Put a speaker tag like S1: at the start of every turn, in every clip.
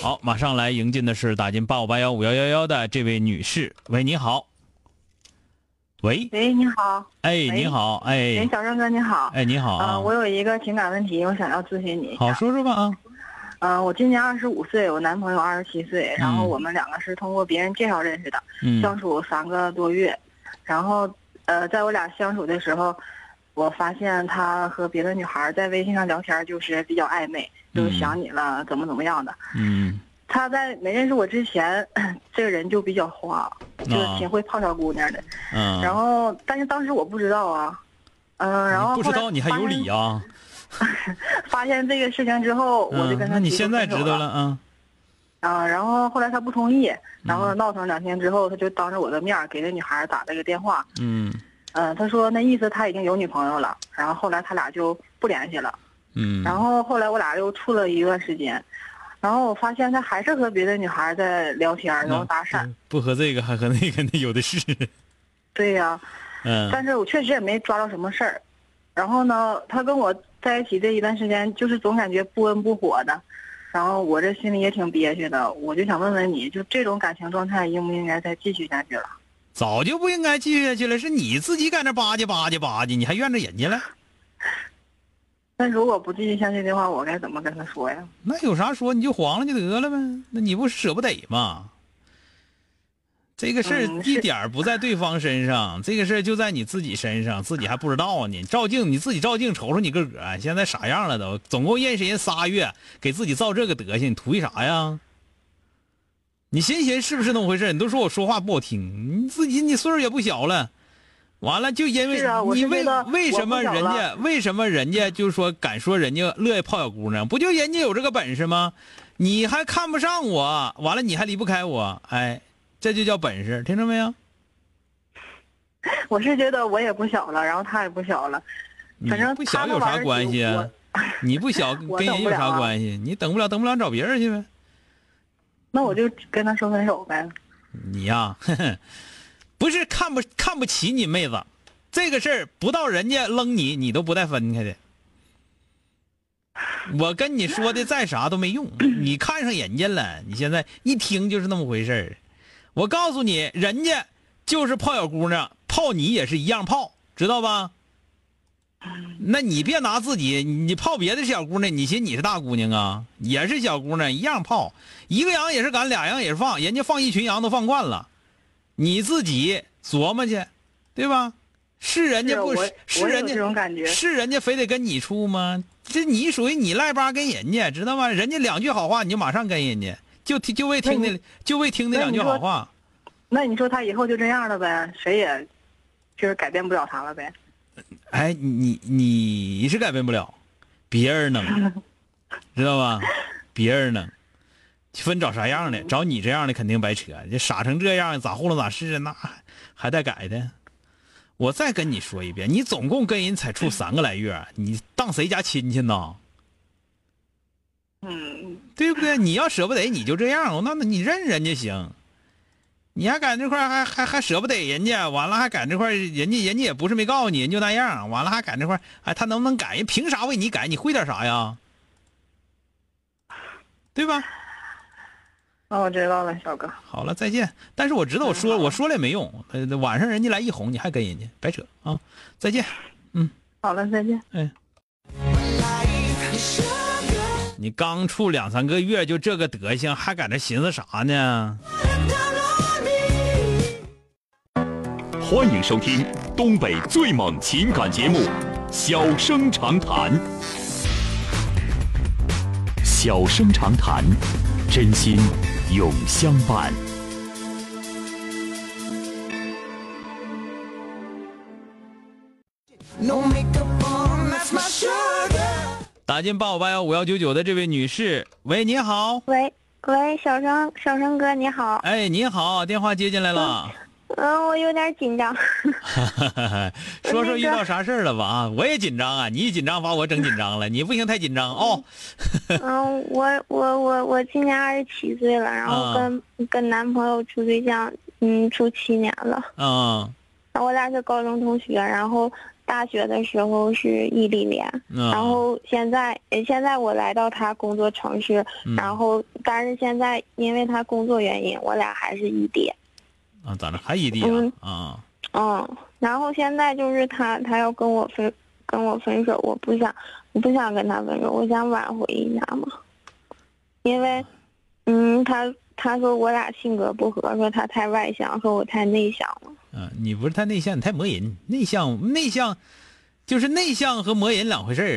S1: 好，马上来迎进的是打进八五八幺五幺幺幺的这位女士。喂，你好。喂，
S2: 喂，你好，
S1: 哎，
S2: 喂
S1: 您好，
S2: 喂，
S1: 哎，
S2: 小郑哥，你好。
S1: 哎，你好
S2: 啊、
S1: 啊，
S2: 我有一个情感问题，我想要咨询你。
S1: 好，说说吧啊，
S2: 嗯、我今年二十五岁，我男朋友二十七岁，然后我们两个是通过别人介绍认识的，
S1: 嗯
S2: 相处三个多月。然后，呃，在我俩相处的时候，我发现他和别的女孩在微信上聊天就是比较暧昧，就
S1: 嗯
S2: 是想你了，怎么怎么样的。
S1: 嗯，
S2: 他在没认识我之前， 这个人就比较花，就是挺会泡小姑娘的。
S1: 啊嗯，
S2: 然后，但是当时我不知道啊，嗯，然后
S1: 你不知道你还有理
S2: 由。
S1: 啊？
S2: 发现这个事情之后，我就
S1: 嗯
S2: 跟他、
S1: 那你现在知道了
S2: 了
S1: 啊？
S2: 啊。然后后来他不同意，
S1: 嗯
S2: 然后闹腾两天之后，他就当着我的面儿给那女孩儿打了个电话，
S1: 嗯
S2: 嗯、他说那意思他已经有女朋友了。然后后来他俩就不联系了。
S1: 嗯，
S2: 然后后来我俩又处了一段时间，然后我发现他还是和别的女孩儿在聊天儿，然后搭讪。
S1: 嗯不和这个还和那个，那有的 是。
S2: 对呀、
S1: 嗯
S2: 但是我确实也没抓到什么事儿。然后呢，他跟我在一起这一段时间，就是总感觉不温不火的，然后我这心里也挺憋屈的。我就想问问你，就这种感情状态，应不应该再继续下去了？
S1: 早就不应该继续下去了，是你自己在那巴结巴结巴结，你还怨着人家了？
S2: 那如果不继续下去的话，我该怎么跟他说呀？
S1: 那有啥说？你就黄了就得了呗，那你不舍不得吗？这个事儿
S2: 嗯
S1: 一
S2: 是
S1: 点儿不在对方身上，这个事儿就在你自己身上，自己还不知道啊！你照镜，你自己照镜瞅瞅你个个儿，现在啥样了都？总共认识人仨月，给自己造这个德行，你图一啥呀？你寻寻是不是那么回事？你都说我说话不好听，你自己你岁数也不小了，完了就因为、
S2: 是啊我
S1: 你
S2: 是
S1: 为
S2: 觉得
S1: 为
S2: 我
S1: 什么
S2: 不小
S1: 人
S2: 了
S1: 家为什么人家就说敢说人家乐意泡小姑娘，不就人家有这个本事吗？你还看不上我，完了你还离不开我，哎，这就叫本事，听着没有？
S2: 我是觉得我也不小了，然后他也不小了，
S1: 你
S2: 反正
S1: 不
S2: 他
S1: 小
S2: 们
S1: 有
S2: 玩
S1: 啥
S2: 儿
S1: 关系啊？ 你不小
S2: 我
S1: 跟人
S2: 等
S1: 有
S2: 不了
S1: 啥
S2: 啊
S1: 关系？你等不了，等不了找别人去呗。
S2: 那我就跟他说分手呗。
S1: 你呀、 呵呵，不是看不看不起你妹子，这个事儿不到人家扔你，你都不带分开的。 我跟你说的再啥都没 用，你看上人家了，你现在一听就是那么回事儿。我告诉你，人家就是泡小姑娘，泡你也是一样泡，知道吧？那你别拿自己，你泡别的小姑娘，你寻你是大姑娘啊，也是小姑娘，一样泡，一个羊也是赶，俩羊也是放，人家放一群羊都放惯了，你自己琢磨去，对吧？是人家嗯
S2: 是啊
S1: 不
S2: 我
S1: 是
S2: 我也
S1: 人
S2: 有
S1: 家
S2: 这种感觉
S1: 是人家非得跟你处吗？这你属于你赖巴跟人家，知道吗？人家两句好话你就马上跟人家，就听就为听
S2: 那
S1: 那就为听那
S2: 那
S1: 两
S2: 你
S1: 句好
S2: 说
S1: 话。
S2: 那你说他以后就这样了呗？谁也，就是改变不了他了呗？
S1: 哎，你你你是改变不了，别人能，知道吧？别人能，分找啥样的，找你这样的肯定白扯，这傻成这样，咋糊弄咋是，那还带改的。我再跟你说一遍，你总共跟人才处三个来月，你当谁家亲戚呢？
S2: 嗯，
S1: 对不对？你要舍不得，你就这样，那那你认人家行。你还赶这块儿还还还舍不得人家，完了还赶这块儿人家人家也不是没告诉你，人就那样，完了还赶这块儿，哎，他能不能改？人凭啥为你改？你会点啥呀？对吧？
S2: 那我知道了，小哥。
S1: 好了，再见。但是我知道我说我说了也没用，呃晚上人家来一哄，你还跟人家白扯啊！再见。
S2: 好了，再见。
S1: 哎，你刚处两三个月就这个德行，还搁那寻思啥呢？
S3: 欢迎收听东北最猛情感节目《小生长谈》。小生长谈，真心永相伴。
S4: No makeup on, that's my sugar.
S1: 打进八五八幺五幺九九的这位女士，喂，你好，
S2: 喂喂，小生小生哥你好，
S1: 哎，你好，电话接进来了，
S2: 嗯，我有点紧张，嗯
S1: 说说遇到啥事儿了吧？啊，我也紧张啊，你一紧张把我整紧张了，你不行太紧张哦。
S2: 嗯，我我我我今年二十七岁了，然后跟、跟男朋友处对象，嗯，处七年了，
S1: 嗯
S2: 然后我俩是高中同学，然后大学的时候是异地恋，
S1: 嗯，
S2: 然后现在呃现在我来到他工作城市，
S1: 嗯
S2: 然后但是现在因为他工作原因，我俩还是异地，
S1: 啊，咋的还异地
S2: 嗯
S1: 啊？啊，
S2: 嗯，然后现在就是他，他要跟我分，跟我分手，我不想，我不想跟他分手，我想挽回一下嘛。因为，嗯，他他说我俩性格不合，说他太外向，说我太内向了。
S1: 嗯、你不是太内向，你太磨人，内向内向就是内向和磨人两回事儿。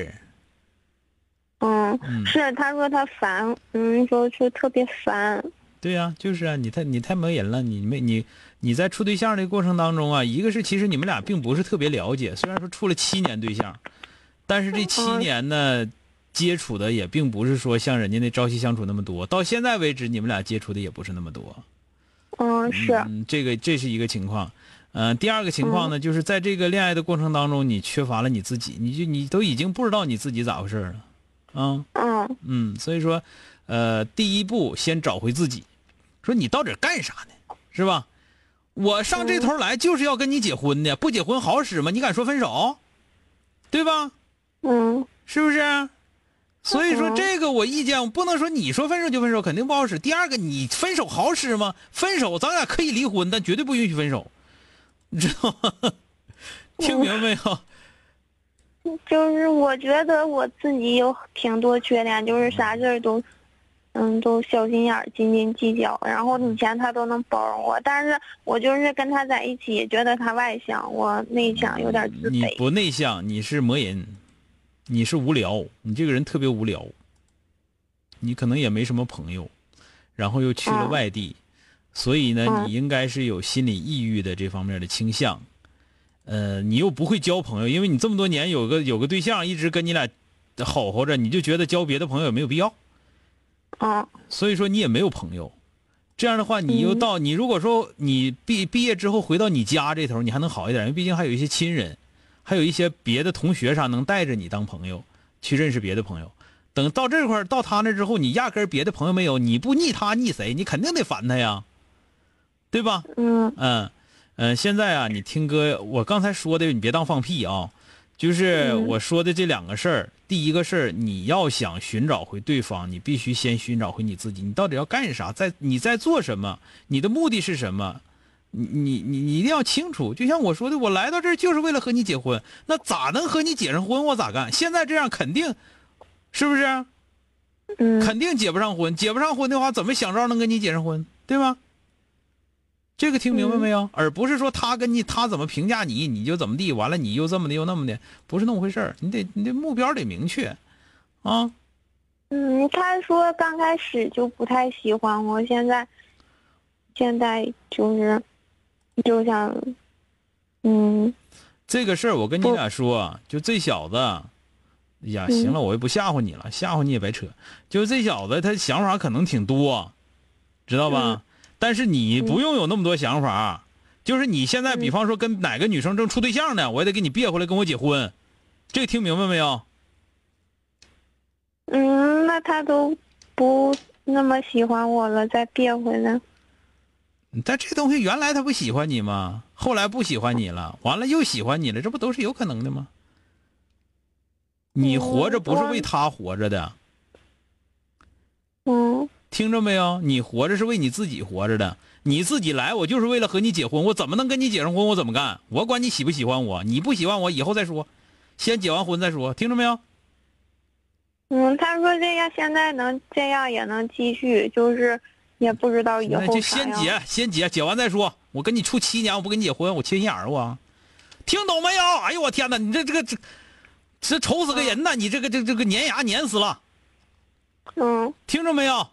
S2: 嗯，
S1: 嗯
S2: 是，他说他烦，嗯，说说特别烦，
S1: 对呀、就是啊，你太你太磨人了，你没你你在处对象的过程当中啊，一个是其实你们俩并不是特别了解，虽然说处了七年对象，但是这七
S2: 嗯
S1: 年呢，接触的也并不是说像人家那朝夕相处那么多，到现在为止你们俩接触的也不是那么多，
S2: 嗯，是，
S1: 嗯，这个这是一个情况。嗯、第二个情况呢，就是在这个恋爱的过程当中，你缺乏了你自己，你就你都已经不知道你自己咋回事儿了，啊、
S2: 嗯
S1: 嗯，所以说，呃，第一步先找回自己，说你到底干啥呢？是吧？我上这头来就是要跟你结婚的，不结婚好使吗？你敢说分手，对吧？
S2: 嗯
S1: 是不是？所以说
S2: 嗯
S1: 这个我意见，我不能说你说分手就分手，肯定不好使。第二个，你分手好使吗？分手咱俩可以离婚，但绝对不允许分手，你知道吗？ 听明白没有？
S2: 就是我觉得我自己有挺多缺点，就是啥事儿都，嗯，都小心眼儿、斤斤计较。然后以前他都能包容我，但是我就是跟他在一起，觉得他外向，我内向，有点自
S1: 你
S2: 卑。
S1: 不内向，你是磨人，你是无聊，你这个人特别无聊，你可能也没什么朋友，然后又去了
S2: 嗯
S1: 外地，所以呢，
S2: 嗯
S1: 你应该是有心理抑郁的这方面的倾向。呃，你又不会交朋友，因为你这么多年有个有个对象一直跟你俩吼吼着，你就觉得交别的朋友也没有必要。
S2: 嗯
S1: 所以说你也没有朋友。这样的话，你又到、你如果说你毕毕业之后回到你家这头，你还能好一点，因为毕竟还有一些亲人，还有一些别的同学啥能带着你当朋友去认识别的朋友。等到这块儿到他那之后，你压根儿别的朋友没有，你不腻他腻谁？你肯定得烦他呀，对吧？
S2: 嗯
S1: 嗯嗯，现在啊，你听哥，我刚才说的，你别当放屁啊，就是我说的这两个事儿。第一个事儿，你要想寻找回对方，你必须先寻找回你自己，你到底要干啥，在你在做什么，你的目的是什么。你你你你一定要清楚，就像我说的，我来到这儿就是为了和你结婚，那咋能和你结上婚？我咋干？现在这样肯定，是不是？
S2: 嗯
S1: 肯定结不上婚，结不上婚的话，怎么想招能跟你结上婚，对吧？这个听明白没有？而不是说他跟你他怎么评价你，你就怎么地，完了你又这么的又那么的，不是那么回事儿。你得你得目标得明确，啊，
S2: 嗯，他说刚开始就不太喜欢我，现在，现在就是，就想，嗯
S1: 这个事儿我跟你俩说啊，就这小子，哎呀，行了，我也不吓唬你了，吓唬你也白扯。就这小子他想法可能挺多，知道吧？但是你不用有那么多想法，就是你现在比方说跟哪个女生正处对象呢，我也得给你憋回来跟我结婚，这个听明白没有？
S2: 嗯，那他都不那么喜欢我了，再变回来。
S1: 但这东西原来他不喜欢你吗？后来不喜欢你了，完了又喜欢你了，这不都是有可能的吗？你活着嗯不是为他活着的，
S2: 嗯
S1: 听着没有？你活着是为你自己活着的，你自己来，我就是为了和你结婚。我怎么能跟你结上婚？我怎么干？我管你喜不喜欢我，你不喜欢我以后再说，先结完婚再说，听着没有？
S2: 嗯，他说这样现在能这样也能继续，就是也不知道以
S1: 那
S2: 后
S1: 就
S2: 啥
S1: 先
S2: 样。
S1: 结，先结，结完再说。我跟你处七年，我不跟你结婚，我缺心眼儿我。听懂没有？哎呦我天哪，你这这个这这愁死个人呐！你这个这这个粘牙粘死了，
S2: 嗯，
S1: 听着没有？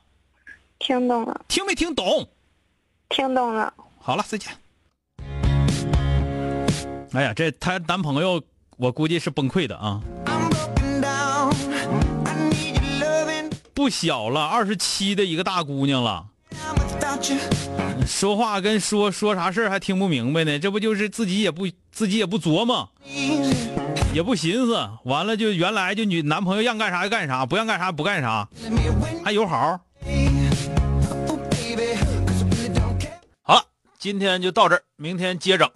S2: 听懂了，
S1: 听没听懂？
S2: 听懂了。
S1: 好了，再见。哎呀，这她男朋友我估计是崩溃的啊！
S4: I'm broken down. I need your loving.
S1: 不小了，二十七的一个大姑娘了，
S4: I'm without you.
S1: 说话跟说说啥事儿还听不明白呢，这不就是自己也不自己也不琢磨。
S4: Easy.
S1: 也不寻思，完了就原来就女男朋友让干啥就干啥，不让干啥不干啥，
S4: Let me win.
S1: 还有好。
S4: Oh, baby. 'cause I really don't care.
S1: 好了，今天就到这儿，明天接着。